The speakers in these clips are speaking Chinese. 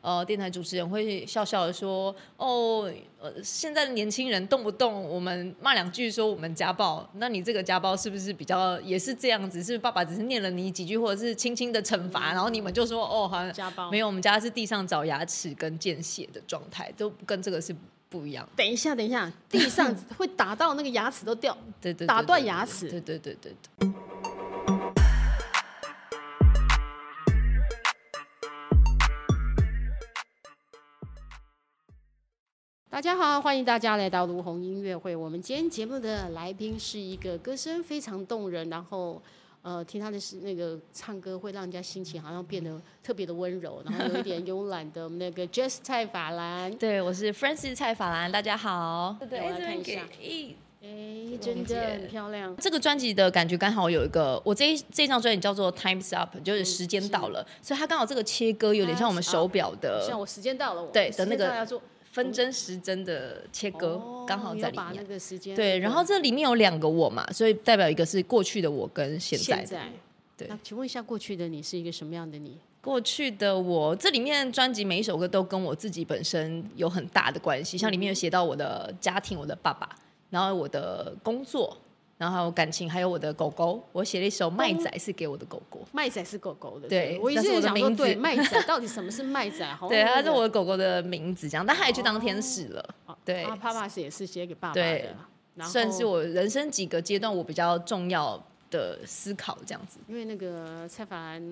呃电台主持人会笑笑的说，哦，呃现在的年轻人动不动我们骂两句说我们家暴，那你这个家暴是不是比较也是这样子？是不是爸爸只是念了你几句，或者是轻轻的惩罚，然后你们就说哦好像家暴没有，我们家是地上找牙齿跟见血的状态，都跟这个是不一样。等一下，等一 下，地上会打到那个牙齿都掉。对对，对打断对牙齿对对对对对。大家好，欢迎大家来到卢红音乐会。我们今天节目的来宾是一个歌声非常动人，然后呃，听他的是那个唱歌会让人家心情好像变得特别的温柔，然后有一点慵懒的我们那个 Jess 蔡法兰。对，我是 Francis 蔡法兰，大家好。对对我来看一下一哎，真的很漂亮。这个专辑的感觉刚好有一个，我这一这张专辑叫做 Time's Up，就是时间到了，所以它刚好这个切割有点像我们嗯 Time's 手表像的我时间到了，我对时间的那个到了要做分针时针的切割哦，刚好你在有里把那面。个时间对，然后这里面有两个我嘛，所以代表一个是过去的我跟现在现的。在对那请问一下，过去的你是一个什么样的你？过去的我，这里面专辑每一首歌都跟我自己本身有很大的关系，像嗯里面有写到我的家庭、我的爸爸，然后我的工作，然后还有感情，还有我的狗狗。我写了一首《麦哦仔》是给我的狗狗，麦仔是狗狗的，对是我一那是直我的想说，名字对麦仔到底什么是麦 仔？好像对，那它是个我的狗狗的名字，这样，但它也去当天使了，哦对啊，爸爸是也是写给爸爸对的，然后算是我人生几个阶段我比较重要的思考，这样子。因为那个蔡凡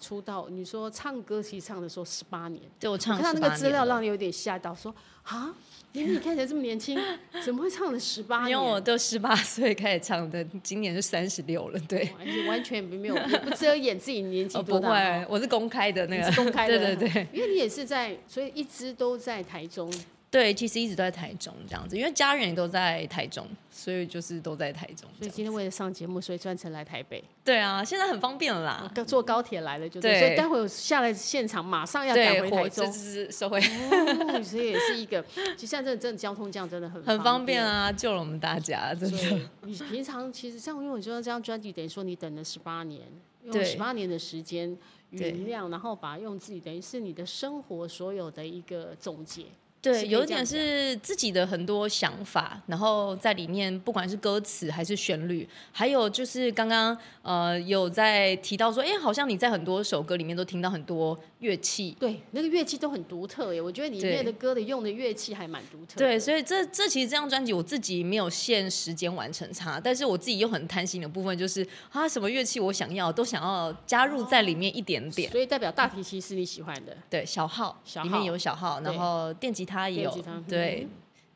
出道，你说唱歌其实唱的时候十八年，对我我唱了看到那个18资年料了让你有点吓到，说啊，明明你看起来这么年轻，怎么会唱了十八年？因为我都十八岁开始唱的，今年就三十六了， 对。完全完全没有也不遮掩自己年纪哦，多不大，会，我是公开 的那你个，是公开的，对对对，因为你也是在，所以一直都在台中，对，其实一直都在台中这样子，因为家人也都在台中，所以就是都在台中这所以样。今天为了上节目，所以专程来台北，对啊，现在很方便了啦。刚坐高铁来了就对，对所以待会儿下来现场马上要赶对，回火台这中就，是社 会哦，所以也是一个，其实现在真的真的交通这样真的很很方便便。啊，救了我们大家，真所的。以你平常其实像，因为我觉得这张专辑等于说你等了十八年，用对十八年的时间对酝酿，然后把用自己等于是你的生活所有的一个总结。是可对，以有一这点样讲是自己的很多想法，然后在里面不管是歌词还是旋律，还有就是刚刚呃有在提到说，哎、好像你在很多首歌里面都听到很多乐器，对，那个乐器都很独特耶，我觉得里面的歌的用的乐器还蛮独特的。对，所以这这其实这张专辑我自己没有限时间完成它，但是我自己又很贪心的部分就是啊，什么乐器我想要都想要加入在里面一点点。所以代表大提琴是你喜欢的。对，小号哦小里号面有小号，然对后电吉他也电有吉他嗯，对。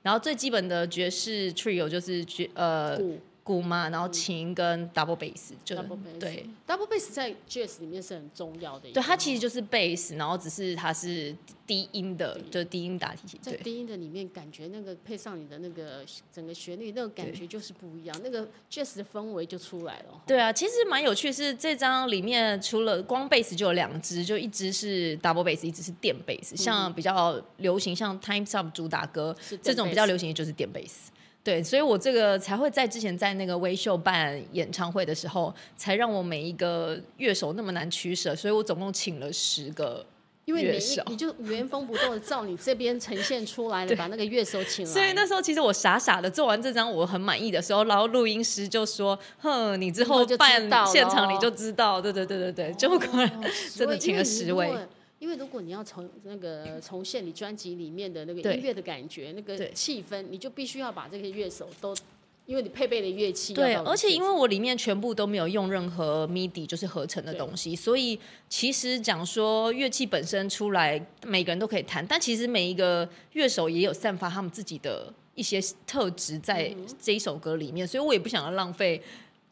然后最基本的爵士 trio 就是爵呃鼓鼓嘛，然后琴跟 double bass 就嗯 double bass，对，double bass 在 jazz 里面是很重要的一个。对，它其实就是 bass，然后只是它是低音的，低就是低音打提琴，在对。低音的里面，感觉那个配上你的那个整个旋律，那个感对觉就是不一样，那个 jazz 的氛围就出来了。对啊，其实蛮有趣，是这张里面除了光贝斯就有两支，就一支是 double bass，一支是电贝斯。像比较流行，像 Times Up 主打歌嗯是电这种 bass 比较流行的就是电贝斯。对，所以我这个才会在之前在那个微秀办演唱会的时候，才让我每一个乐手那么难取舍，所以我总共请了十个因为乐你一手。你就原封不动的照你这边呈现出来了，把那个乐手请来。所以那时 候其实我傻傻的做完这张我很满意的时候，然后录音师就说：“哼，你之以后后就知办道了现场哦你就知道。”对对对对对，结果果然真的请了十位。。因为如果你要重那个重现你专辑里面的那个对音乐的感觉，那个对气氛，你就必须要把这些乐手都，因为你配备的乐器要对，到你而且自己因为我里面全部都没有用任何 MIDI，就是合成的对东西，所以其实讲说乐器本身出来，每个人都可以弹，但其实每一个乐手也有散发他们自己的一些特质在这一首歌里面，所以我也不想要浪费。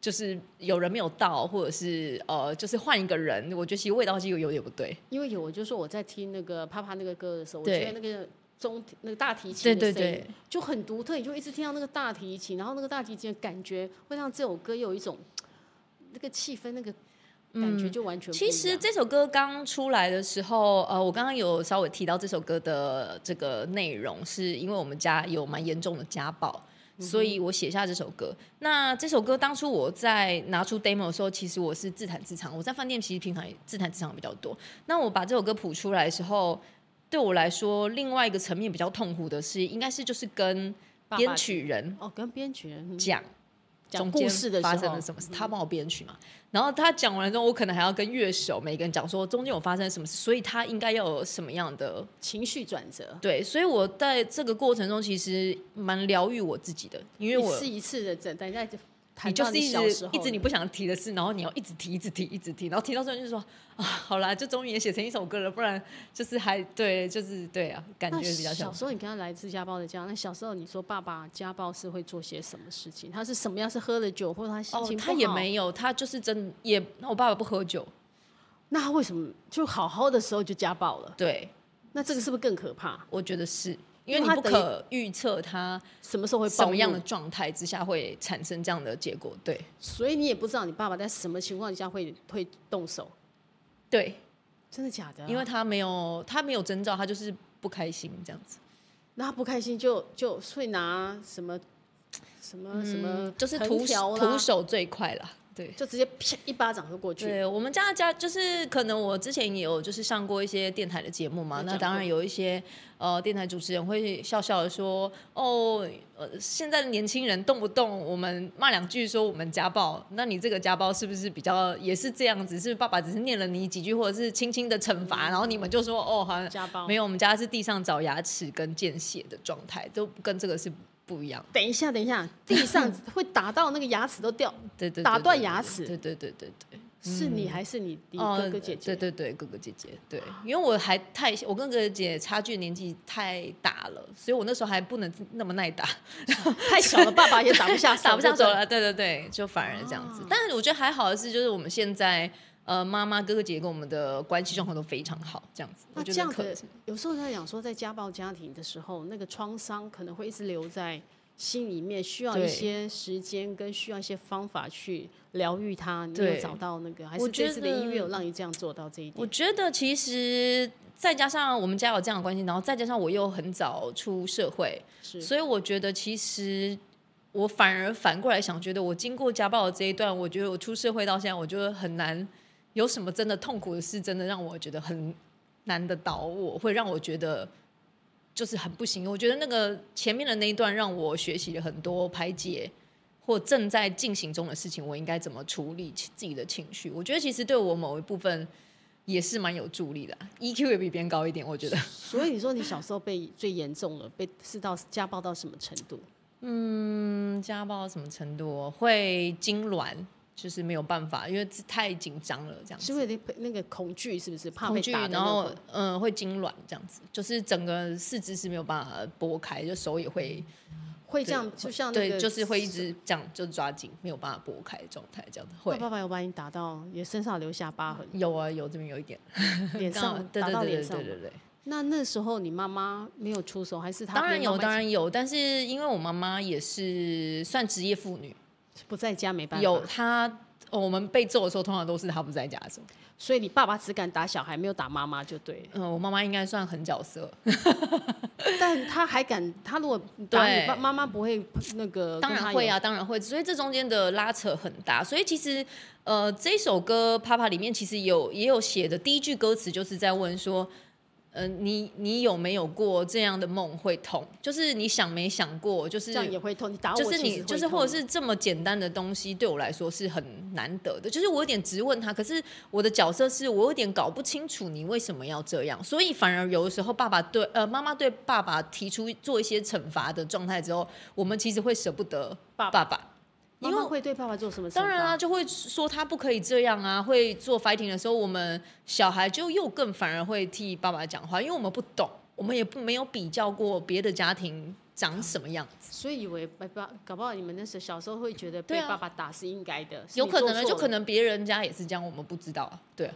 就是有人没有到，或者是呃，就是换一个人，我觉得其实味道就有有点不对。因为有，我就说我在听那个啪啪那个歌的时候，我对觉得那个中那个大提琴的对对声音对就很独特，你就一直听到那个大提琴，然后那个大提琴的感觉会让这首歌有一种那个气氛，那个感觉就完全不嗯一其样。实这首歌刚出来的时候，呃，我刚刚有稍微提到这首歌的这个内容，是因为我们家有蛮严重的家暴。所以我写下这首歌。那这首歌当初我在拿出 demo 的时候，其实我是自弹自唱。我在饭店其实平常也自弹自唱比较多。那我把这首歌谱出来的时候，对我来说，另外一个层面比较痛苦的是，应该是就是跟爸爸编曲人哦，跟编曲人讲讲中故间事的时发候嗯生了什么事，他帮我编曲嘛。然后他讲完了之后，我可能还要跟乐手每个人讲说中间有发生什么事，所以他应该要有什么样的情绪转折，对。所以我在这个过程中其实蛮疗愈我自己的，因为一我次一次的整，等一下就谈你就到是一小时直候一直你了不想提的事，然后你要一直提，一直提，一直提，然后提到最后就是说啊，好啦，就终于也写成一首歌了，不然就是还对，就是对啊，感觉那比较小像。时候你跟他来自家暴的家，那小时候你说爸爸家暴是会做些什么事情？他是什么样？是喝了酒或者他心哦情，不好？他也没有，他就是真也，那我爸爸不喝酒，那他为什么就好好的时候就家暴了？对那这个是不是更可怕？我觉得是。因为因为你他不等于可预测他什么时候会什暴么样的怒？状态之下会产生这样的结果，对所以你也不知道你爸爸在什么情况下会会动手，对，真的假的啊、因为他没有他没有征兆，他就是不开心这样子，那他不开心就就会拿什么什么什么、嗯就是徒手徒手最快啦，对。就直接啪一巴掌就过去。对我们家的家就是可能我之前也有就是上过一些电台的节目嘛，有那讲当然过有一些呃电台主持人会笑笑的说，哦，呃现在的年轻人动不动我们骂两句说我们家暴，那你这个家暴是不是比较也是这样子？是不是爸爸只是念了你几句，或者是轻轻的惩罚，然后你们就说哦好像家暴没有，我们家是地上找牙齿跟见血的状态，都跟这个是不一样的。等一下，等一 下，地上会打到那个牙齿都掉，对对对打对断对牙齿对对对对对。是你还是你你哥哥姐姐？嗯哦对对对，哥哥姐姐，对，因为我还太，我跟哥哥姐姐差距年纪太大了，所以我那时候还不能那么耐打，太小了，爸爸也打不下哦手， 打不下手对对。了。对对对，就反而这样子。但是我觉得还好的是，就是我们现在呃，妈妈、哥哥姐姐跟我们的关系状况都非常好，这样子。那我这觉得样可的有时候在讲说，在家暴家庭的时候，那个创伤可能会一直留在心里面，需要一对些时间跟需要一些方法去疗愈它。你有对找到那个，还我是这觉次的音得乐有让你这样做到这一点我？觉得其实再加上我们家有这样的关系，然后再加上我又很早出社会，是所以我觉得其实我反而反过来想，觉得我经过家暴的这一段，我觉得我出社会到现在，我觉得很难有什么真的痛苦的事，真的让我觉得很难得倒我，会让我觉得。就是很不行，我觉得那个前面的那一段让我学习了很多排解或正在进行中的事情，我应该怎么处理自己的情绪。我觉得其实对我某一部分也是蛮有助力的啊，EQ 也比别人高一点，我觉得。所以你说你小时候被最严重了，被是到家暴到什么程度？嗯，家暴到什么程度哦？会痉挛，就是没有办法，因为太紧张了，这样是子。为了那个恐惧，是不是怕被恐惧，打的那然后种嗯，会痉挛这样子，就是整个四肢是没有办法拨开，就手也会，会这样，就像那对，个就是会一直这样，就抓紧，没有办法拨开的状态，这样子爸会爸爸有把你打到，也身上留下疤痕，有啊，有这边有一点， 脸刚好上嗯对打对到对脸对上对嘛。对对。那那时候你妈妈没有出手，还是她当然别的有，妈妈当然有，但是因为我妈妈也是算职业妇女，不在家没办法。有，她、哦我们被揍的时候，通常都是她不在家的时候。。所以你爸爸只敢打小孩，没有打妈妈就对了 嗯、我妈妈应该算狠角色，但他还敢，他如果打你对爸妈妈不会那个，当然会。啊，当然会，所以这中间的拉扯很大。所以其实，呃，这首歌《啪啪》里面其实有也有写的，第一句歌词就是在问说，呃，你你有没有过这样的梦会痛？就是你想没想过，就是这样也会痛，你打啊我就是其实你会就是或者痛啊是这么简单的东西，对我来说是很难得的。就是我有点直问他，可是我的角色是我有点搞不清楚你为什么要这样，所以反而有的时候爸爸对呃妈妈对爸爸提出做一些惩罚的状态之后，我们其实会舍不得爸爸妈因为妈会对爸爸做什么？当然啊，，就会说他不可以这样啊。会做 fighting 的时候，我们小孩就又更反而会替爸爸讲话，因为我们不懂，我们也不没有比较过别的家庭长什么样子。所以以为爸爸，搞不好你们那时候小时候会觉得对被啊爸爸打是应该的，是有你可做能呢，错就可了能别人家也是这样，我们不知道啊。对啊，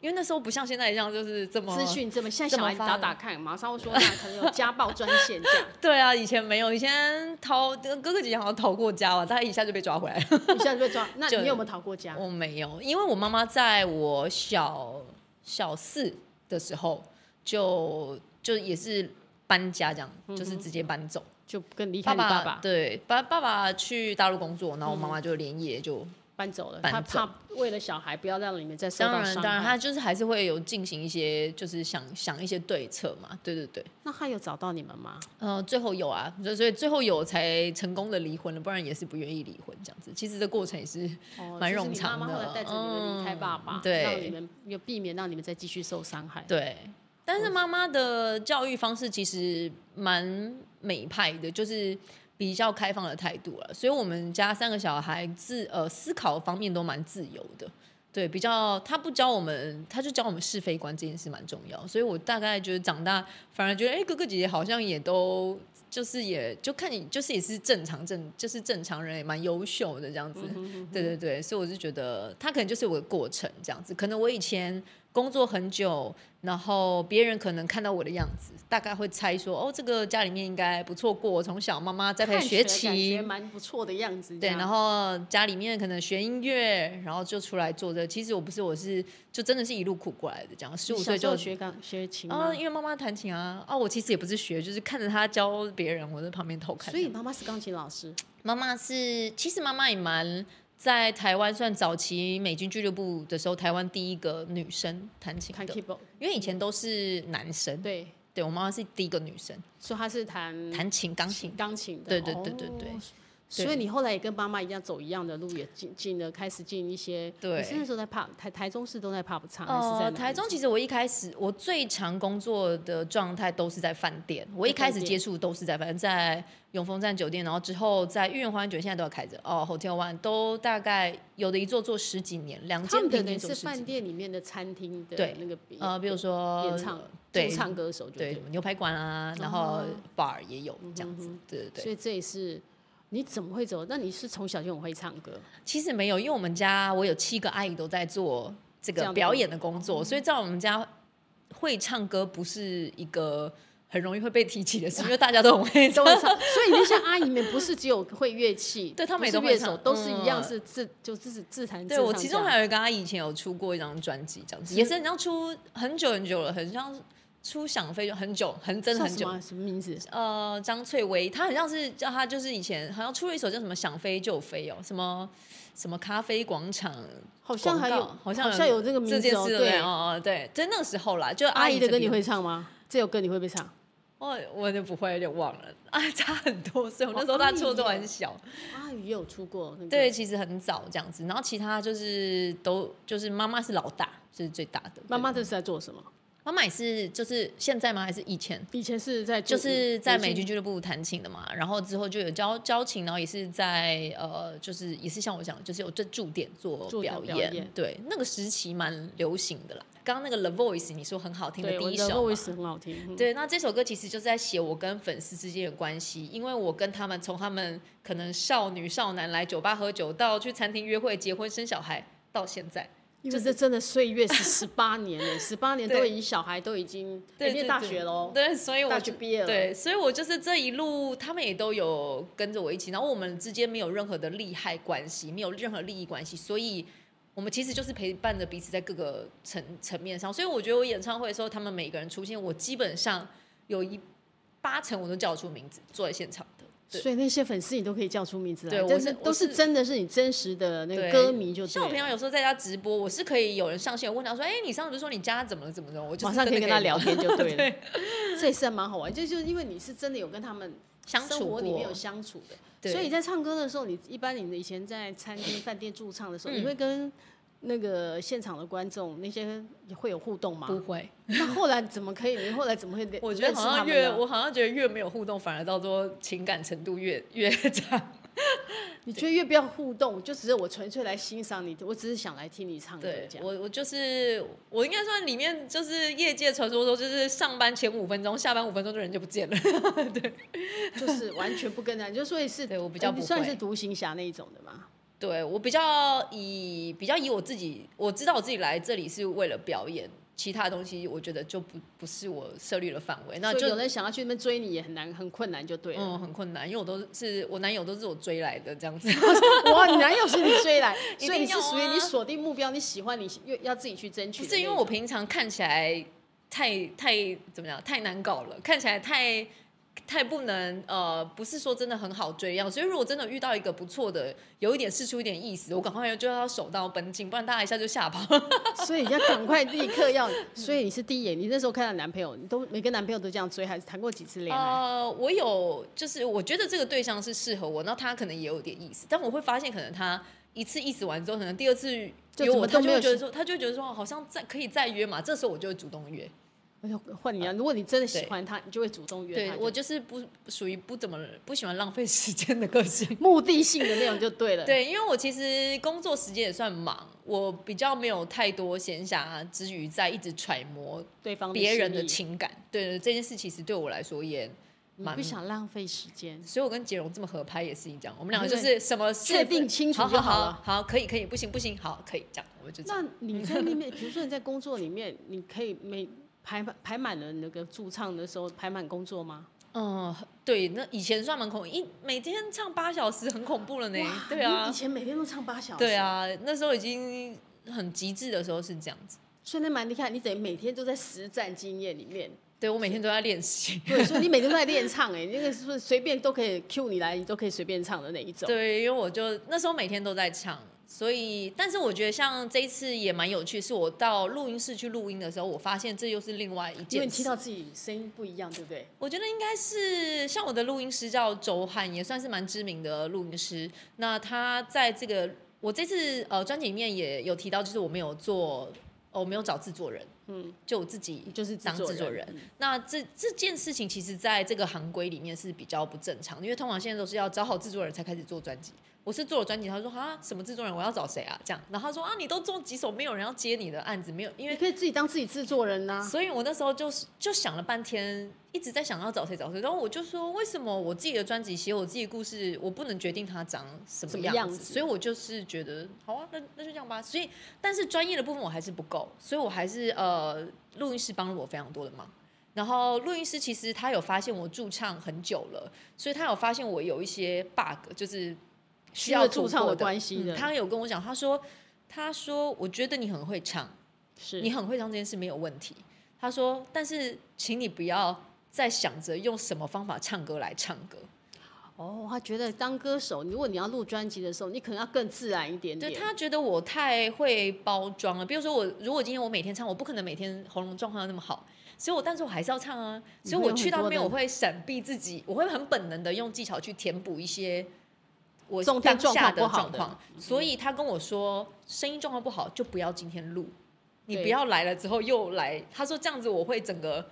因为那时候不像现在一样，就是这么资。讯这么，现在这小么孩子发打达打看，马上会说那可能有家暴专线这 样，对啊，以前没有，以前逃哥哥姐姐好像逃过家了，大概一下就被抓回来了。一下就被抓。那就你有没有逃过家？ 我没有，因为我妈妈在我小小四的时候就就也是搬家，这样、就是直接搬走。就跟离开你爸嗯爸对爸爸爸去大陆工作，然后我妈妈就连夜就搬走了，搬他走怕为了小孩不要让你们再受当到然，伤当然，他害。就是还是会有进行一些，就是想想一些对策嘛。对对对，那他有找到你们吗？呃，最后有啊，所以所以最后有才成功的离婚了，不然也是不愿意离婚这样子。其实这过程也是哦，蛮就是冗你长妈妈后来的带着你们离开爸爸，嗯对让你们又避免让你们再继续受伤害。对，但是妈妈的教育方式其实蛮美派的，就是比较开放的态度了。所以我们家三个小孩自呃思考方面都蛮自由的。对，比较他不教我们，他就教我们是非观这件事蛮重要，所以我大概觉得长大反而觉得，哎、哥哥姐姐好像也都就是也就看你就是也是正常正就是正常人也蛮优秀的这样子，嗯对对对，所以我就觉得他可能就是我的过程这样子，可能我以前工作很久，然后别人可能看到我的样子，大概会猜说，哦，这个家里面应该不错过，从小妈妈栽培看起来学感琴觉，蛮不错的样子。对，然后后家里面可能学音乐，然后就出来做这个。其实我不是，我是就真的是一路苦过来的，这样十五岁就。学钢学琴吗哦，因为妈妈弹琴啊，哦，我其实也不是学，就是看着她教别人，我在旁边偷看所这样。以妈妈是钢琴老师，妈妈是，其实妈妈也蛮在台湾算早期美军俱乐部的时候，台湾第一个女生弹琴弹的， keyboard，因为以前都是男生，对，对我妈妈是第一个女生所以她是弹弹琴钢琴，钢琴的。对对对对对哦。所以你后来也跟妈妈一样走一样的路，也进进了开始进一些。对你是那时候在 pub 台台中市都在 pub 唱，还是在哪呃，里台中其实我一开始我最常工作的状态都是在饭店，我一开始接触都是在，反正在永丰站酒店，然后之后在裕园花园酒店现在都要开着哦，Hotel One 都大概有的一做做十几年，两他间们的平均人总是十饭几。店里面的餐厅的对那个呃，比如说演唱驻对唱歌手就对对哦什了。么牛排馆啊，然后 bar 也有这样子，对对对。所以这也是你怎么会走？那你是从小就很会唱 歌，其实没有，因为我们家我有七个阿姨都在做这这个样的嗯表演的工作，所以在我们家会唱歌不是一个很容易会被提起 的事，因为大家都很会都会唱。 所以那些阿姨们不是只有会乐器，对她们不也是都乐会手，唱都是一样嗯是自就自自弹对自唱这样。我其中还有一个阿姨以前有出过一张专辑，这样子是也是你要出很久很久了，很像出想飞就很久，很真的叫很什久么。啊什么名字？呃，张翠薇，她很像是叫她就是以前好像出了一首叫什么想飞就飞哦，什么什么咖啡广场好像广还告，有好像好像有这个名字哦件事对对哦哦对，就那时候啦，就阿姨的歌跟你会唱吗？这首歌你会不会唱？我我就不会，有点忘了啊， 差很多岁。我那时候哦他阿姨出的都耶很小，阿姨也有出过那个，对，，其实很早这样子。然后其他就是都就是妈妈是老大，是最大的。妈妈对这是在做什么？妈妈也是就是现在吗？还是以前？以前是在做就是在美军俱乐部弹琴的嘛，然后之后就有交交情，然后也是在呃，就是也是像我讲的，就是有在驻点做驻点表表演对，那个时期蛮流行的啦。刚刚那个《The Voice》，你说很好听的对，第我一的首 voice 嘛，很好听，嗯对，那这首歌其实就是在写我跟粉丝之间的关系，因为我跟他们从他们可能少女少男来酒吧喝酒，到去餐厅约会、结婚生小孩，到现在，因为这真的岁月是十八年 了，十八年对都已经小孩都已经对哎念对大对学喽，对，所以我大就学毕业了对，所以我就是这一路，他们也都有跟着我一起，然后我们之间没有任何的利害关系，没有任何利益关系，所以我们其实就是陪伴着彼此在各个层层面上。所以我觉得我演唱会的时候，他们每个人出现，我基本上有一八成我都叫得出名字，坐在现场的。对所以那些粉丝你都可以叫出名字来，对我但是是我都是是真的是你真实的那个对歌迷就像我平对了常有时候在家直播，我是可以有人上线我问他说：“哎、你上次说你家怎么了怎么了？”我就是马上可以真的跟他聊天就对了，对 这也是蛮好玩，就就是因为你是真的有跟他们相生处活里面有过。相处的，对所以在唱歌的时候，你一般你以前在餐厅、饭店驻唱的时候，嗯你会跟那个现场的观众那些也会有互动不吗？会，那后来怎么可以？你后来怎么会认？ 我觉得认识好他像们越呢我好像觉得越没有互动，反而到说情感程度越越差。你觉得越不要互动，就只是我纯粹来欣赏你，我只是想来听你 唱嗯歌对这样。我，我就是我应该算里面就是业界传说中，就是上班前五分钟，下班五分钟就人就不见了。 就是完全不跟他，就所以是，哎对我比较你不会算是独行侠那一种的嘛。对我比较以比较以我自己，我知道我自己来这里是为了表演，其他东西我觉得就不不是我涉猎的范围，那所以就有人想要去那边追你也很难，很困难就对 了。嗯，很困难，因为我都是我男友都是我追来的这样子。哇，你男友是你追来， 一定所以你是有啊属于你锁定目标，你喜欢你越要自己去争取不的那种。是因为我平常看起来太太怎么样，太难搞了，看起来太太不能呃，不是说真的很好追样，所以如果真的遇到一个不错的，有一点试出一点意思，我赶快就要手到奔进，不然大家一下就吓跑。 所以要赶快立刻要，所以你是第一眼，你那时候看到男朋友，你都每个男朋友都这样追，还是谈过几次恋爱？呃，我有，就是我觉得这个对象是适合我，那他可能也有点意思，但我会发现，可能他一次意思完之后，可能第二次就约怎我，么他都就没有会觉得兴说，他就会觉得说，好像再可以再约嘛，这时候我就会主动约。哎呦，换你啊！如果你真的喜对欢他，你就会主动约对他。我就是不属于不怎么不喜欢浪费时间的个性。目的性的那种就对了。，对，因为我其实工作时间也算忙，我比较没有太多闲暇之余在一直揣摩对方别人的心情感。对对，这件事其实对我来说也意，你蛮不想浪费时间。所以我跟杰荣这么合拍也是一样，我们两个对就是什么事确定清楚就好好好了好，可以可以，不行不行，好可以这样，我们就这样。 那你在那边，比如说你在工作里面，你可以每排满排满了那个驻唱的时候排满工作吗？嗯，对，那以前算蛮恐怖，一每天唱八小时很恐怖了呢。对你以啊，前每天都唱八小时，对，啊，那时候已经很极致的时候是这样子。所以那蛮厉害，你等于每天都在实战经验里面，对我每天都在练习。对，所以你每天都在练唱、哎， 那个是不是随便都可以 Q 你来，你都可以随便唱的那一种。对，因为我就那时候每天都在唱，所以但是我觉得像这一次也蛮有趣，是我到录音室去录音的时候，我发现这又是另外一件事。因为你听到自己声音不一样，对不对？我觉得应该是像我的录音师叫周汉，也算是蛮知名的录音师。那他在这个我这次呃专辑里面也有提到，就是我没有做，哦我没有找制作人，嗯，就我自己就是当制作人。嗯那这这件事情其实在这个行规里面是比较不正常，因为通常现在都是要找好制作人才开始做专辑。我是做了专辑，他说啊什么制作人，我要找谁啊？这样，然后他说啊你都做几首，没有人要接你的案子，没有，因为你可以自己当自己制作人呐、所以我那时候就是就想了半天，一直在想要找谁找谁，然后我就说为什么我自己的专辑写我自己的故事，我不能决定它长什什么么样子，样子所以我就是觉得好啊，那那就这样吧。所以，但是专业的部分我还是不够，所以我还是呃，录音师帮了我非常多的忙。然后录音师其实他有发现我驻唱很久了，所以他有发现我有一些 bug，就是需因要为驻突唱破的关系嗯的他有跟我讲，他说他说我觉得你很会唱。是你很会唱这件事没有问题。他说，但是请你不要再想着用什么方法唱歌来唱歌。哦，他觉得当歌手，如果你要录专辑的时候，你可能要更自然一点对点。他觉得我太会包装了，比如说我如果今天我每天唱，我不可能每天喉咙状况要那么好，所以我但是我还是要唱啊。你所以会我有去很到多那边，的我会闪避自己，我会很本能的用技巧去填补一些我中间当状下况不的好状的嗯况。所以他跟我说，声音状况不好就不要今天录，你不对要来了之后又来。他说这样子我会整个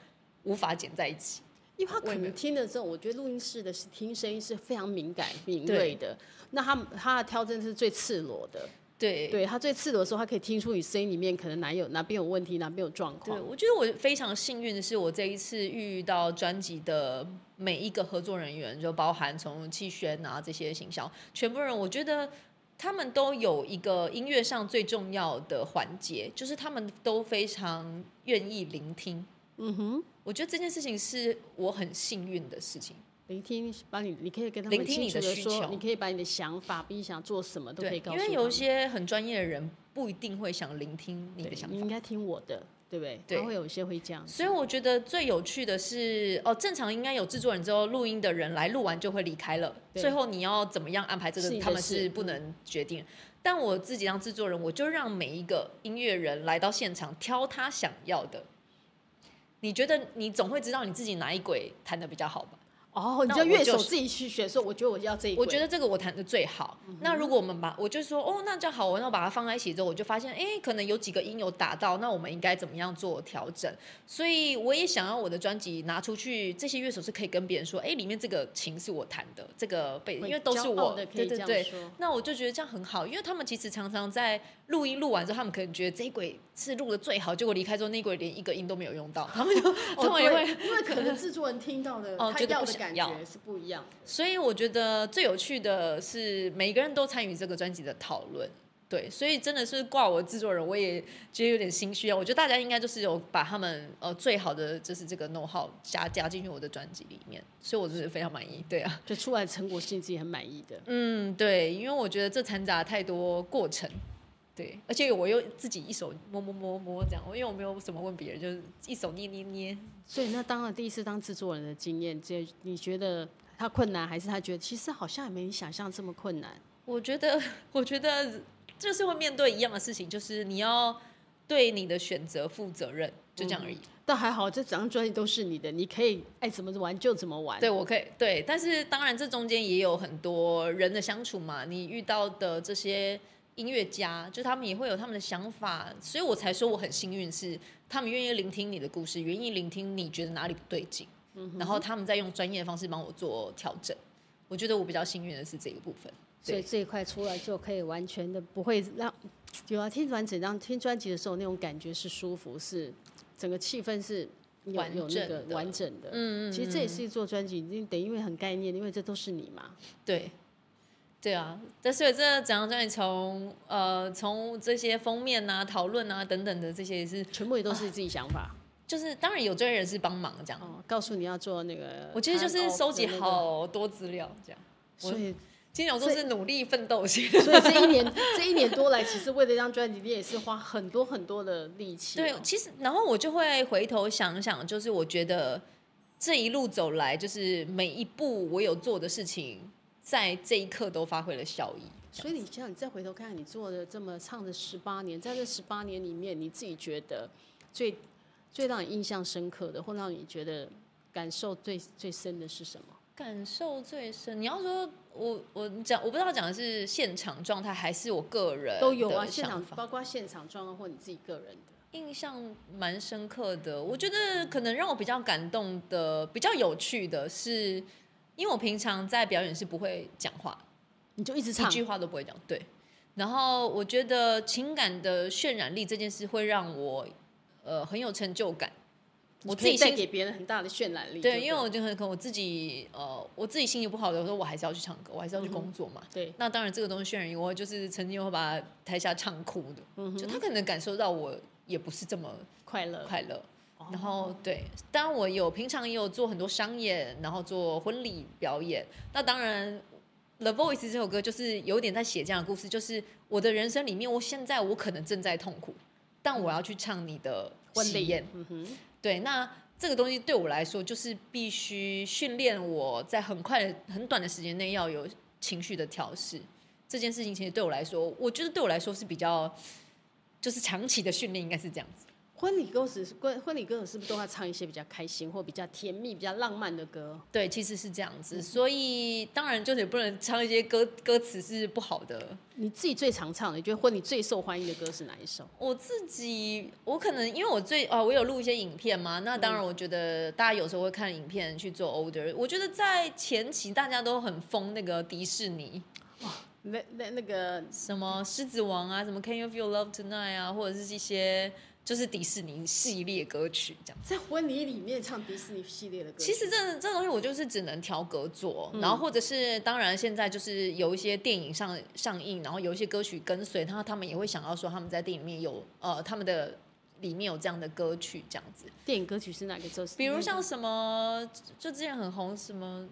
无法剪在一起。因为他可我也没能有听了之后，我觉得录音室的是听声音是非常敏感敏锐的。那他他的挑针是最赤裸的，对对他最赤裸的时候，他可以听出你声音里面可能哪有哪边有问题，哪边有状对，况。我觉得我非常幸运的是，我这一次遇到专辑的每一个合作人员，就包含从气轩啊这些行销，全部人，我觉得他们都有一个音乐上最重要的环节，就是他们都非常愿意聆听。嗯哼，我觉得这件事情是我很幸运的事情。聆听，把你你可以跟他们聆听清你楚的的需说，求你可以把你的想法，比你想做什么都可对，以告因诉他们。为有一些很专业的人不一定会想聆听你对的想你法应。该听我的，对不对？对他会有一些会这样子。所以我觉得最有趣的是，哦，正常应该有制作人之后，录音的人来录完就会离开了。对最后你要怎么样安排这是你个，的他们事是不能决定。但我自己当制作人，我就让每一个音乐人来到现场挑他想要的。你觉得你总会知道你自己哪一轨弹的比较好吧？哦，你那叫我乐就手是自己去选，说我觉得我要这一轨，我觉得这个我弹的最好。嗯那如果我们把我就说哦，那这样好，我要把它放在一起之后，我就发现哎，可能有几个音有打到，那我们应该怎么样做调整？所以我也想要我的专辑拿出去，这些乐手是可以跟别人说，哎，里面这个琴是我弹的，这个被因为都是骄傲我的，可对以这对样对。说。那我就觉得这样很好，因为他们其实常常在录音录完之后，他们可能觉得这一轨是录的最好，结果离开之后，那一轨连一个音都没有用到，他们 就、他们也会哦对因为可能制作人听到的， 哦他觉得要不的想感要觉是不一样的。所以我觉得最有趣的是，每个人都参与这个专辑的讨论。对，所以真的是挂我制作人，我也觉得有点心虚啊。我觉得大家应该就是有把他们呃最好的就是这个 know how 加加进去我的专辑里面，所以我就是非常满意。对啊，就出来的成果是你自己很满意的。嗯，对，因为我觉得这掺杂太多过程，对，而且我又自己一手摸摸摸摸这样，因为我没有怎么问别人，就是一手捏捏捏。所以那当然第一次当制作人的经验，这你觉得他困难，还是他觉得其实好像也没你想象这么困难？我觉得， 我觉得就是会面对一样的事情，就是你要对你的选择负责任，就这样而已。但还好，这整张专辑都是你的，你可以爱怎么玩就怎么玩。对，我可以对，但是当然这中间也有很多人的相处嘛，你遇到的这些音乐家，就他们也会有他们的想法，所以我才说我很幸运，是他们愿意聆听你的故事，愿意聆听你觉得哪里不对劲，然后他们再用专业的方式帮我做调整。我觉得我比较幸运的是这个部分。所以这一块出来就可以完全的不会让，有啊，听完整张听专辑的时候，那种感觉是舒服，是整个气氛是有完有那整个的完整的。嗯其实这也是做专辑，你得因为很概念，因为这都是你嘛。对，对啊，但是这整张专辑从呃从这些封面啊、讨论啊等等的这些也是，全部也都是自己想法。就是当然有专业人士帮忙这样。 哦，告诉你要做那个 hand off 的那个，我其实就是收集好多资料这样。所以金牛座是努力奋斗型，所以这一年这一年多来，其实为了一张专辑，你也是花很多很多的力气哦。对，其实然后我就会回头想想，就是我觉得这一路走来，就是每一步我有做的事情，在这一刻都发挥了效益。所以你像你再回头看看你做的这么唱的十八年，在这十八年里面，你自己觉得最最让你印象深刻的，或让你觉得感受最最深的是什么？感受最深，你要说我我你讲，我不知道讲的是现场状态还是我个人都有啊，呃的现场想法包括现场状况或你自己个人的。印象蛮深刻的。我觉得可能让我比较感动的、比较有趣的是，因为我平常在表演是不会讲话，你就一直一唱，句话都不会讲。对，然后我觉得情感的渲染力这件事会让我呃很有成就感。我你自己可以带心给别人很大的渲染力。对，对，因为我就很可能我自己呃我自己心情不好的时候，我还是要去唱歌，我还是要去嗯工作嘛。对，那当然，这个东西渲染我就是曾经会把台下唱哭的，嗯就他可能感受到我也不是这么快乐。哦快乐。然后对，当然我有平常也有做很多商演，然后做婚礼表演。那当然，《The Voice》这首歌就是有点在写这样的故事，就是我的人生里面，我现在我可能正在痛苦，但我要去唱你的婚喜礼宴，嗯哼，对，那这个东西对我来说，就是必须训练我在很快的、很短的时间内要有情绪的调试。这件事情其实对我来说，我觉得对我来说是比较，就是长期的训练应该是这样子。婚礼歌手是婚婚礼歌手是不是都要唱一些比较开心或比较甜蜜、比较浪漫的歌？对，其实是这样子，所以当然就是也不能唱一些歌歌词是不好的。你自己最常唱的，你觉得婚礼最受欢迎的歌是哪一首？我自己，我可能因为我最啊，我有录一些影片嘛，那当然我觉得大家有时候会看影片去做 order。我觉得在前期大家都很疯那个迪士尼，那那那个什么狮子王啊，什么 Can You Feel Love Tonight 啊，或者是一些就是迪士尼系列歌曲这样。在婚礼里面唱迪士尼系列的歌，其实这这东西我就是只能调格做，然后或者是当然现在就是有一些电影上上映，然后有一些歌曲跟随，然后他们也会想要说他们在电影里面有呃他们的里面有这样的歌曲这样子，电影歌曲是哪个歌手？比如像什么就之前很红什么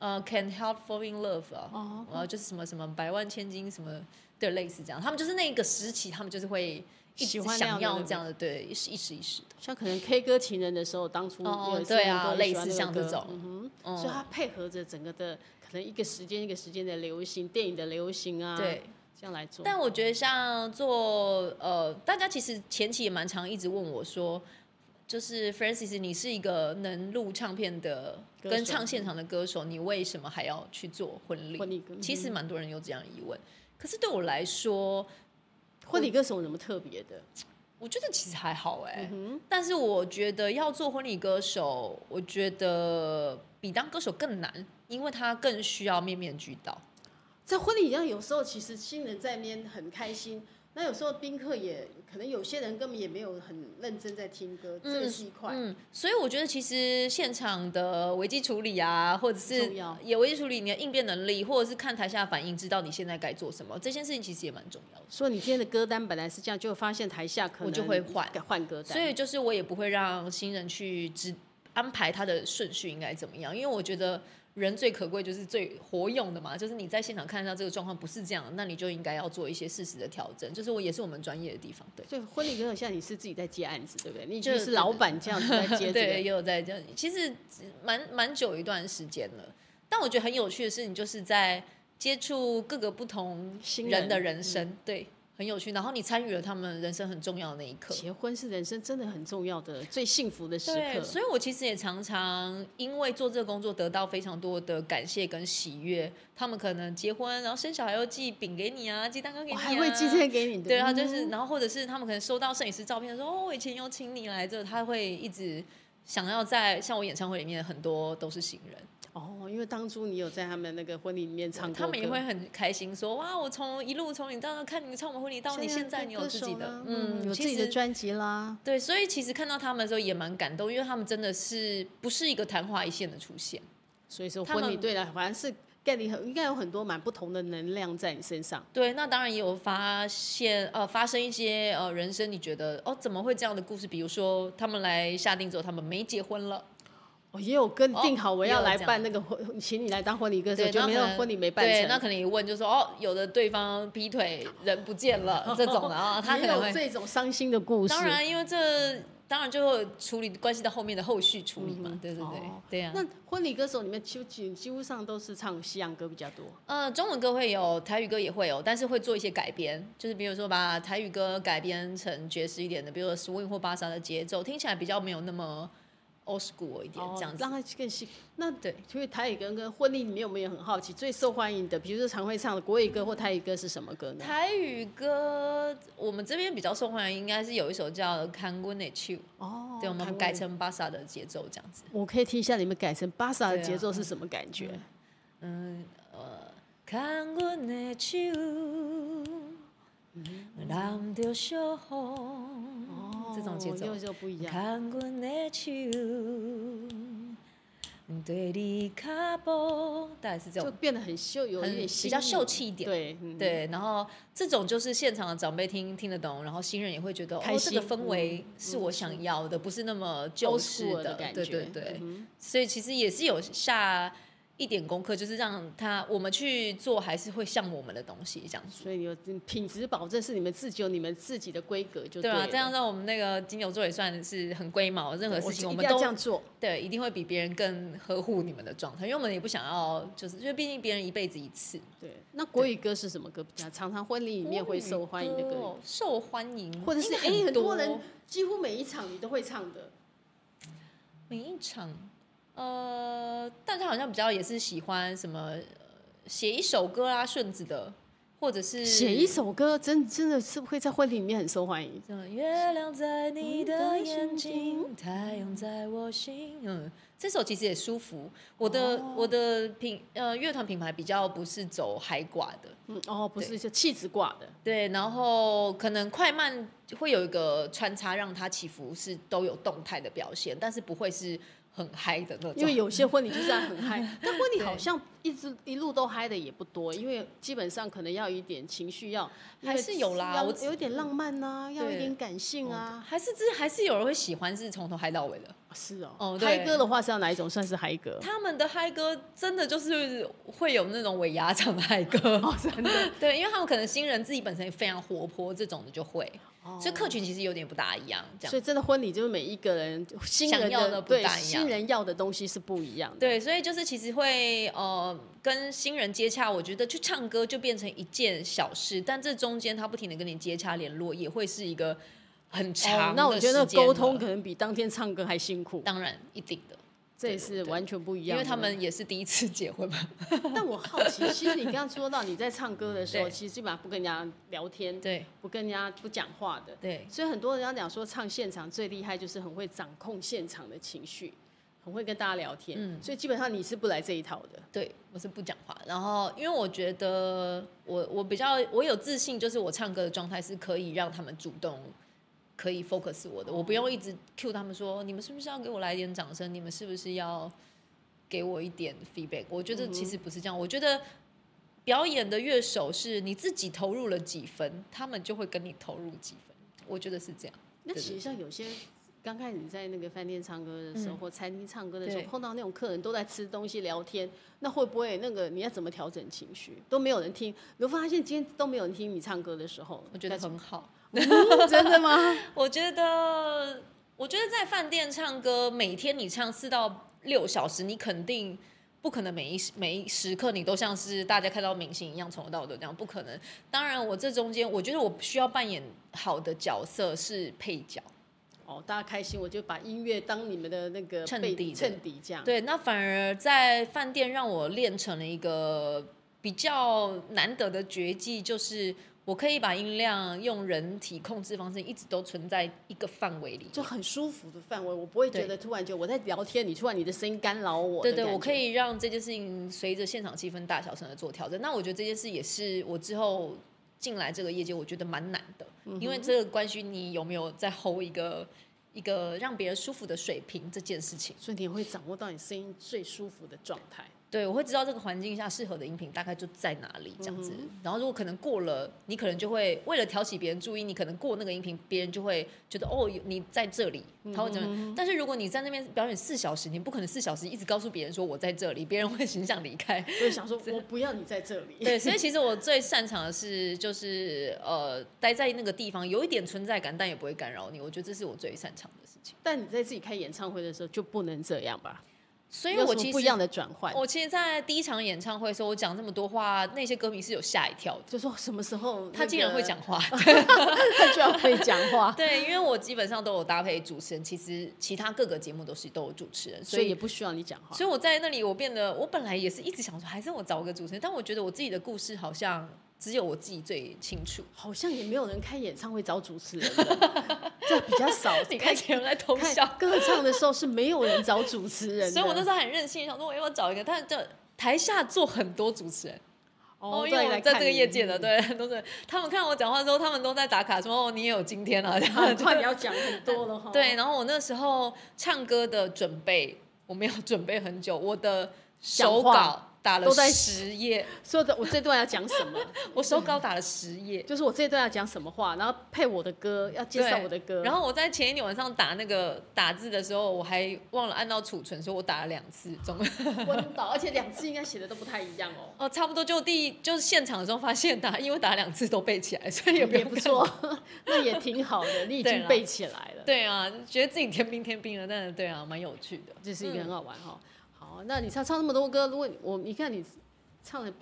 呃 Can Help Fall in Love 啊，哦呃，就是什么什么百万千金什么，对，类似这样。他们就是那个时期，他们就是会一喜直欢那想样的要那个这样的，对，一时一时一时的。像可能 K 歌情人的时候，当初哦有一些对人啊都类喜欢似个像这歌种嗯哼，嗯所以它配合着整个的可能一个时间一个时间的流行，电影的流行啊，对，这样来做。但我觉得像做呃，大家其实前期也蛮常一直问我说，就是 Francis，你是一个能录唱片的歌跟手唱现场的歌手，你为什么还要去做婚礼？婚礼嗯歌其实蛮多人有这样的疑问。可是对我来说，婚礼歌手有什么特别的？我觉得其实还好哎、嗯但是我觉得要做婚礼歌手，我觉得比当歌手更难，因为他更需要面面俱到。在婚礼上，有时候其实新人在那边很开心，那有时候宾客也可能有些人根本也没有很认真在听歌，这个是一块。嗯，所以我觉得其实现场的危机处理啊，或者是重要也危机处理你的应变能力，或者是看台下的反应，知道你现在该做什么，这件事情其实也蛮重要的。说你今天的歌单本来是这样，就发现台下可能我就会换换歌单，所以就是我也不会让新人去知安排它的顺序应该怎么样，因为我觉得人最可贵就是最活用的嘛，就是你在现场看到这个状况不是这样，那你就应该要做一些适时的调整，就是我也是我们专业的地方，对。所以婚礼歌手现在你是自己在接案子，对不对？你已就经是老板这样子在 接对，这也有在这样，其实蛮蛮久一段时间了。但我觉得很有趣的是，你就是在接触各个不同新人人的人嗯生，对，很有趣。然后你参与了他们人生很重要的那一刻个。。结婚是人生真的很重要的、最幸福的时对，刻。所以我其实也常常因为做这个工作得到非常多的感谢跟喜悦。他们可能结婚，然后生小孩又寄饼给你啊，寄蛋糕给你、我啊，还会寄这嗯些给你的，对啊，就是，然后或者是他们可能收到摄影师照片说，哦，我以前有请你来这，他会一直想要在像我演唱会里面很多都是新人，哦，因为当初你有在他们那个婚礼里面唱过歌，他们也会很开心说，哇，我从一路从你到看你唱我们婚礼到你现在，你有自己的，嗯，有自己的其实专辑啦。对，所以其实看到他们的时候也蛮感动，因为他们真的是不是一个昙花一现的出现。所以说他们婚礼对了，反正是给你很应该有很多蛮不同的能量在你身上。对，那当然也有发现，呃，发生一些呃人生你觉得哦怎么会这样的故事？比如说他们来下定之后，他们没结婚了，我哦也有跟你定好我哦也有要来这样办那个婚，请你来当婚礼歌手，对，就那没可有能婚礼没办对，那成。可能一问就说哦，有的对方劈腿，人不见了这种的 啊，他可也能有会。这种伤心的故事。当然，因为这当然就会处理关系到后面的后续处理嘛，嗯对对对，哦对呀、啊那婚礼歌手里面几乎几几乎上都是唱西洋歌比较多，呃，中文歌会有，台语歌也会有，但是会做一些改编，就是比如说把台语歌改编成爵士一点的，比如说 swing 或巴萨的节奏，听起来比较没有那么 old school 一点、哦这样子让。他更细。那对，所以台语歌跟婚礼里面，我们也很好奇，最受欢迎的，比如说常会唱的国语歌或台语歌是什么歌呢？台语歌我们这边比较受欢迎，应该是有一首叫《看过你去》，哦对，我台们湾改成巴萨的节奏这样子。我可以听一下你们改成巴萨的对啊节奏是什么感觉？啊嗯，呃，牵阮的手，嗯揽着小风，嗯这种节奏哦又。又不一样。牵阮的手，嗯对你脚步，大概是这就种。变得很秀，有很一点比较新意秀气一点对，嗯，对，然后这种就是现场的长辈听听得懂，然后新人也会觉得开哦，这心个氛围是我想要的，不是那么旧 old 式 school 的感对觉，对对，嗯所以其实也是有下一点功课，就是让他我们去做，还是会像我们的东西这样子。所以有嗯品质保证是你们自己有你们自己的规格就对了啊，这样让我们那个金牛座也算是很龟毛，任何我事情我一们定要都这样做。对，一定会比别人更呵护你们的状态，因为我们也不想要，就是因为毕竟别人一辈子一次。对，那国语歌是什么歌比较常常婚礼里面会受欢迎的国语歌？哦，受欢迎，或者是应该哎，很多多人几乎每一场你都会唱的，每一场，呃，大家好像比较也是喜欢什么、呃写一首歌啊，顺子的，或者是写一。首歌真真的是会在婚礼里面很受欢迎。嗯月亮在你的眼嗯睛，太阳在我心。嗯，这首其实也舒服。我的、哦我的品呃乐团品牌比较不是走海寡的，嗯，哦，不是，就气质挂的。对，然后可能快慢会有一个穿插，让它起伏是都有动态的表现，但是不会是很嗨的那种。因为有些婚礼就是要很嗨， 但婚礼好像一直一路都嗨的也不多，因为基本上可能要有一点情绪，要还是有啦要我有一点浪漫呐、要有一对点感性啊。还是这还是有人会喜欢是从头嗨到尾的。是哦哦，对嗨歌的话是要哪一种算是嗨歌？他们的嗨歌真的就是会有那种尾牙场的嗨歌，哦，真的， 对，因为他们可能新人自己本身也非常活泼，这种的就会，哦所以客群其实有点不大一样，这样所以真的婚礼就是每一个人新人想要的的不对大一样新人要的东西是不一样的。哦对，所以就是其实会呃跟新人接洽，我觉得去唱歌就变成一件小事，但这中间他不停的跟你接洽联络，也会是一个很长哦的时间了、那我觉得沟通可能比当天唱歌还辛苦，当然一定的，这也是完全不一样因为的。他们也是第一次结婚嘛。但我好奇，其实你刚刚说到你在唱歌的时候，对其实基本上不跟人家聊天，对不跟人家不讲话的。对，所以很多人要讲说，唱现场最厉害就是很会掌控现场的情绪，很会跟大家聊天。嗯所以基本上你是不来这一套的。对，我是不讲话。然后，因为我觉得我我比较我有自信，就是我唱歌的状态是可以让他们主动可以 focus 我的，我不用一直 cue 他们说你们是不是要给我来一点掌声，你们是不是要给我一点 feedback？我觉得其实不是这样，我觉得。表演的乐手是你自己投入了几分，他们就会跟你投入几分，我觉得是这样。那对对实际上有些刚开始你在那个饭店唱歌的时候，嗯或餐厅唱歌的时候，对碰到那种客人都在吃东西聊天，那会不会那个你要怎么调整情绪？都没有人听，你会发现今天都没有人听你唱歌的时候，我觉得很好。 嗯真的吗？我觉得，我觉得在饭店唱歌，每天你唱四到六小时，你肯定不可能每一时每一时刻你都像是大家看到明星一样，从头到尾都这样，不可能。当然，我这中间，我觉得我需要扮演好的角色是配角。 哦，大家开心，我就把音乐当你们的那个衬背底的衬底这样。对，那反而在饭店让我练成了一个比较难得的绝技，就是我可以把音量用人体控制方式一直都存在一个范围里面。就很舒服的范围，我不会觉对得突然就我在聊天，你突然你的声音干扰我的对感觉。对，我可以让这件事情随着现场气氛大小声的做调整。那我觉得这件事也是我之后进来这个业界，我觉得蛮难的，嗯因为这个关系你有没有在 hold 一个一个让别人舒服的水平这件事情。所以你会掌握到你声音最舒服的状态。 对，我会知道这个环境下适合的音频大概就在哪里这样子。嗯然后如果可能过了，你可能就会为了挑起别人注意，你可能过那个音频，别人就会觉得哦，有你在这里，嗯他会怎么样？但是如果你在那边表演四小时，你不可能四小时一直告诉别人说我在这里，别人会 很想离开。我就想 说，我不要你在这 里。对，所以其实我最擅长的是，就是呃，待在那个地方有一点存在感，但也不会干扰你。我觉得这是我最擅长的事情。但你在自己开演唱会的时候就不能这样吧？所以有我什么其不一实样的转换，我其实，在第一场演唱会的时候，我讲这么多话，那些歌迷是有吓一跳的。就说什么时候、他竟然会讲，话， 他居然会讲话， 对，因为我基本上都有搭配主持人，其实其他各个节目都是都有主持人，所所以以也不需要你讲话。所以我在那里，我变得我本来也是一直想说，还是我找个主持人，但我觉得我自己的故事好像只有我自己最清楚。好像也没有人开演唱会找主持人的， 这比较少。你看起来在偷笑看，歌唱的时候是没有人找主持人的，所以我那时候很任性，想说我要不要找一个，但就台下坐很多主持人哦，因为对我来们在看这个你嗯业界的，，对， 很多人他们看我讲话之后，他们都在打卡说哦，你也有今天 啊，这啊样很快你要讲很多 了哈。对。，然后我那时候唱歌的准备，我没有准备很久，我的手讲话稿打了都在十 页，说的我这段要讲什么，我手稿打了十页。就是我这段要讲什么话，然后配我的歌，要介绍对我的歌，然后我在前一天晚上打那个打字的时候，我还忘了按到储存，所以我打了两次，总昏倒，而且两次应该写的都不太一样哦。哦，差不多就第就是现场的时候发现打，因为打两次都背起来， 所以也不嗯也用不看错， 那也挺 好的，你已对经啦背起来了，对啊，觉得自己天兵天兵了，但是对啊，蛮有趣的。这是一个很好玩哈、好，那你唱唱那么多歌，如果你我你看你唱了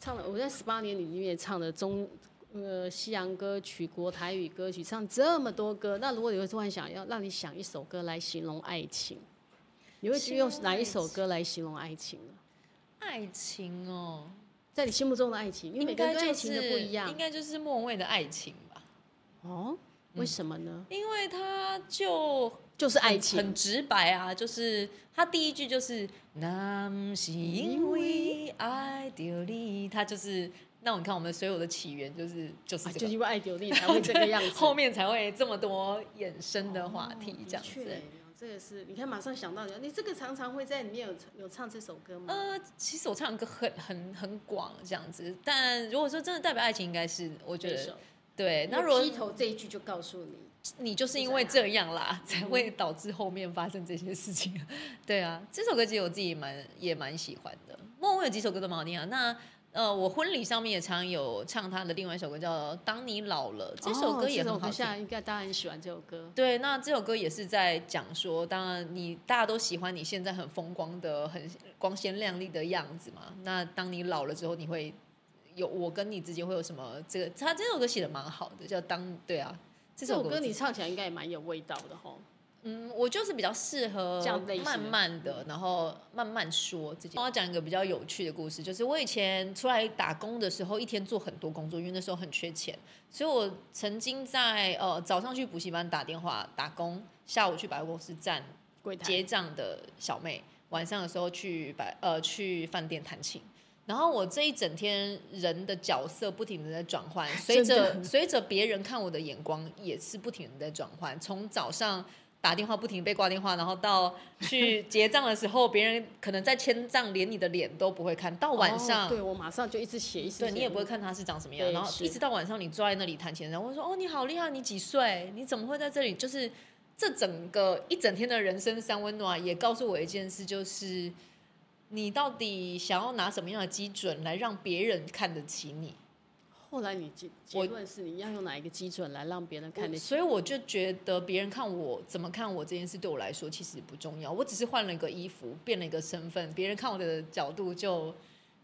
唱了，我在十八年里面唱了中呃西洋歌曲、国台语歌曲，唱这么多歌，那如果有突然想要让你想一首歌来形容爱情，你会去用形容哪一爱首歌来形容爱情呢？爱情哦，在你心目中的爱情，因为每应个人该对爱就情的是不一样应该就是莫文蔚的爱情吧，哦。为什么呢？因为他就就是爱很情，直白啊，就是他第一句就是“那不是因为爱着你”，他就是那你看我们所有的起源就是就是啊，这就个，因为爱丢你才会这个样子。 后面才会这么多衍生的话题哦的这样子。确这个是你看，马上想到你，你这个常常会在里面有有唱这首歌吗？呃，其实我唱的歌很很很广这样子，但如果说真的代表爱情，应该是我觉这得首。对。那那如果劈头这一句就告诉你，你就是因为这样啦，才会导致后面发生这些事情。 对啊，这首歌其实我自己蛮也蛮喜欢的。莫文有几首歌都蛮好听啊。那呃，我婚礼上面也常有唱他的另外一首歌叫《当你老了》，这首歌也哦这首很好歌听现。在应该大家很喜欢这首歌。对，那这首歌也是在讲说，当然你大家都喜欢你现在很风光的、很光鲜亮丽的样子嘛。那当你老了之后，你会有我跟你之间会有什么？这个他这首歌写的蛮好的，叫当对啊，这这首首歌歌我自你己唱起来应该也蛮有味道的吼。嗯，我就是比较适合这样类型的慢嗯慢的，然后慢慢说自己。我要讲一个比较有趣的故事，就是我以前出来打工的时候，一天做很多工作，因为那时候很缺钱，所以我曾经在呃早上去补习班打电话打工，下午去百货公司站柜台结账的小妹，晚上的时候去百呃去饭店弹琴。然后我这一整天人的角色不停的在转换，随着随着别人看我的眼光也是不停的在转换，从早上打电话不停被挂电话，然后到去结账的时候，别人可能在签账连你的脸都不会看，到晚上。哦对我马上就一直写一直写，对你也不会看他是长什么样，对然后是一直到晚上你坐在那里弹琴，然后我说哦你好厉害，你几岁？你怎么会在这里？就是这整个一整天的人生三温暖也告诉我一件事，就是你到底想要拿什么样的基准来让别人看得起你？后来你结结我论是你要用哪一个基准来让别人看得起？所以我就觉得别人看我怎么看我这件事对我来说其实不重要，我只是换了一个衣服，变了一个身份，别人看我的角度就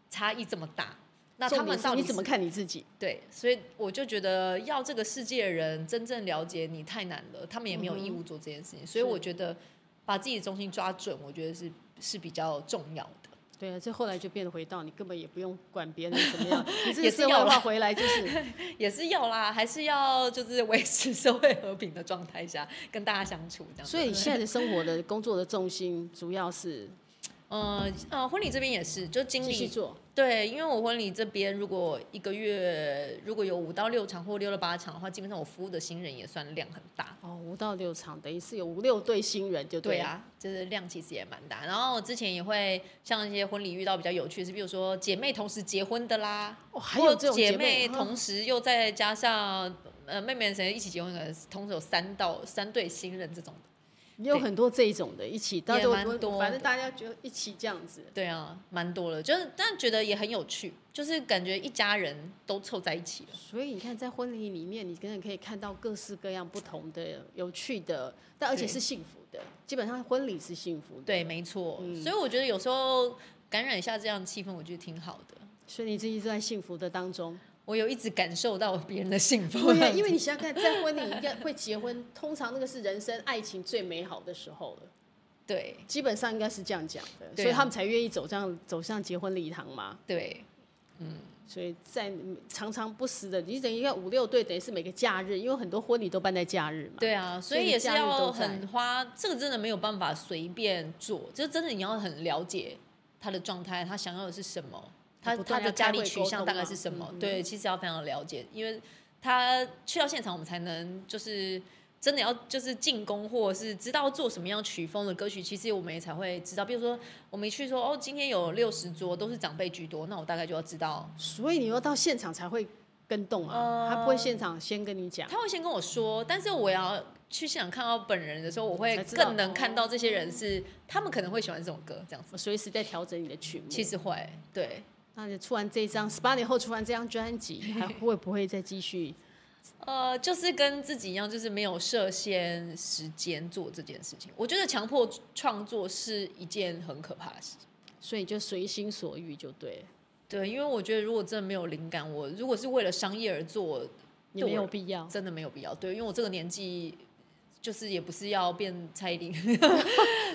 差异这么大。那他重点们是到底你怎么是看你自己？对？所以我就觉得要这个世界的人真正了解你太难了，他们也没有嗯义务做这件事情。所以我觉得把自己的中心抓准，我觉得是是比较重要的。对啊，这后来就变得回到你根本也不用管别人怎 么样，你自己也是社会要啦化回来就是也是要啦，还是要就是维持社会和平的状态下跟大家相处这样子。所以你现在的生活的工作的重心主要是呃呃，婚礼这边也是，就经继续理做，对，因为我婚礼这边如果一个月如果有五到六场或六到八场的话，基本上我服务的新人也算量很大。哦，五到六场，等于是有五六对新人就对了。啊，就是量其实也蛮大。然后我之前也会像一些婚礼遇到比较有趣的是，比如说姐妹同时结婚的啦，哦，还或有这种姐妹嗯啊同时又再加上呃妹妹谁一起结婚，可能同时有三到三对新人这种的。也有很多这一种的，一起，大家蛮都多反的正大家就一起这样子。对啊，蛮多了，就是但觉得也很有趣，就是感觉一家人都凑在一起了。所以你看，在婚礼里面，你真的可以看到各式各样不同的、有趣的，但而且对是幸福的。基本上婚礼是幸福的，对，，没错。嗯所以我觉得有时候感染一下这样的气氛，我觉得挺好的。所以你自己就在幸福的 当中。我有一直感受到别人的幸福。对啊，因为你想想看，在婚礼应该会结婚，通常那个是人生爱情最美好的时候了， 对基本上应该是这样讲的，对啊所以他们才愿意走这样走向结婚礼堂嘛。对所以在常常不时的，你等于要五六对，等于是每个假日，因为很多婚礼都办在假日嘛。对啊，所所以以也是假日都要在很花，这个真的没有办法随便做，就真的你要很了解他的状态，他想要的是什么，他不他断地的家开里会取沟向通大概嘛是什么嗯。嗯对，其实要非常了解，因为他去到现场，我们才能就是。真的要就是进攻，或者是知道做什么样曲风的歌曲，其实我们也才会知道。比如说，我们一去说哦，今天有六十桌都是长辈居多，那我大概就要知道所以你要到现场才会跟动哦啊，他不会现场先跟你讲。他会先跟我说，但是我要去现场看到本人的时候，我会才知道更能看到这些人是他们可能会喜欢这种歌这样子。我随时在调整你的曲目。其，实会对，那你出完这张，十八年后出完这张专辑，还会不会再继续？呃，就是跟自己一样，就是没有设限时间做这件事情。我觉得强迫创作是一件很可怕的事情。所以就随心所欲就对了，对，因为我觉得如果真的没有灵感，我如果是为了商业而做，也没对有我必 要。真的没有必要。对，因为我这个年纪，就是也不是要变蔡依林，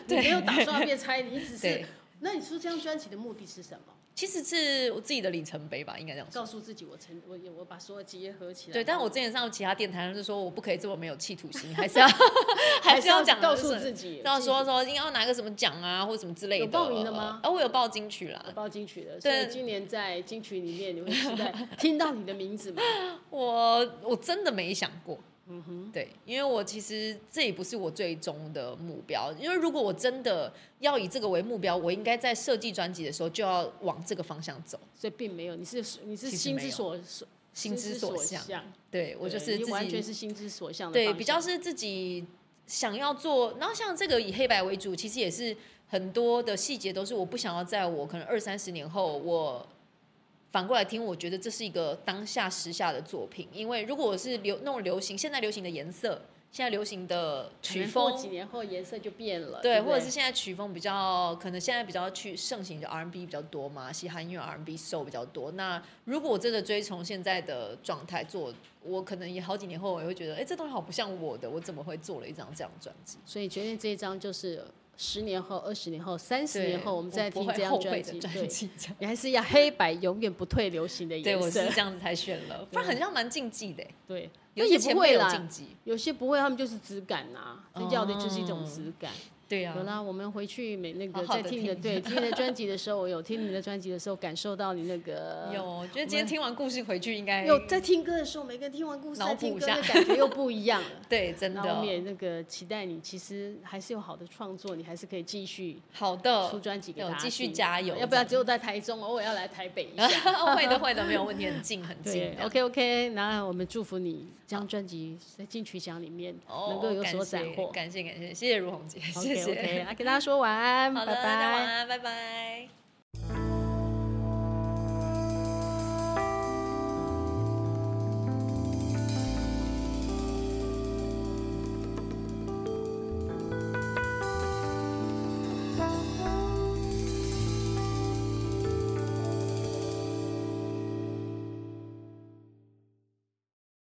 你没有打算要变猜，你只是对。那你出这张专辑的目的是什么？其实是我自己的里程碑吧，应该这样说。告诉自己我成我我把所有集结合起来。对，啊但我之前上其他电台就说我不可以这么没有企图心，还 是要还是要讲告诉己，自己，要说说应该要拿个什么奖啊，或什么之类的。有报名了吗啊，我有报金曲啦自己。包金曲的，所以对今年在金曲里面你会 期待听到你的名字吗？我我真的没想过。嗯哼，对，因为我其实这也不是我最终的目标，因为如果我真的要以这个为目标，我应该在设计专辑的时候就要往这个方向走，所以并没有，你是你其是实心之没有所所心之所所向。对我就对是你自己完全是心之所向的方对，向，比较是自己想要做。然后像这个以黑白为主，其实也是很多的细节都是我不想要在我可能二三十年后我。反过来听，我觉得这是一个当下时下的作品，因为如果我是流那种流行，现在流行的颜色，现在流行的可曲能风过，几年后颜色就变了，对，对不对，或者是现在曲风比较，可能现在比较去盛行的 R&B 比较多嘛，嘻哈音乐 R&B soul 比较多。那如果我真的追从现在的状态做，我可能也好几年后，我也会觉得，哎、这东西好不像我的，我怎么会做了一张这样的专辑？所以决定这一张就是十年后、二十年后、三十对年后，我们再不听会这张后专悔辑。的对专，辑这 样。你还是要黑白永远不退流行的对，我颜是色。这样子才选了，不然很像蛮禁忌 的、对，有啊那些也不前会辈有啦禁。忌，有些不会，他们就是质感呐、啊，哦要的就是一种质感。对啊呀、有啦，我们回去每那个好好在地听你的听对听你的专辑的时候，我有听你的专辑的时候，感受到你那个有，我觉得今天听完故事回去应该有在听歌的时候，每个人听完故事脑再补听一歌下。的感觉又不一样了对，真 然后我的们也那个期待你，其实还是有好的创作，你还是可以继续好的，出专辑给有大家继续听加油，要不要只有在台中，偶尔要来台北一下？ 会的，会的，没有问题， 很近很近对。，OK OK，那我们祝福你这张专辑在金曲奖里面哦能够有所感斩谢获。感谢感谢，谢谢如虹姐，谢 OK 谢。 OK，啊，跟大家说晚 安，好拜的，大家晚拜。安，拜拜。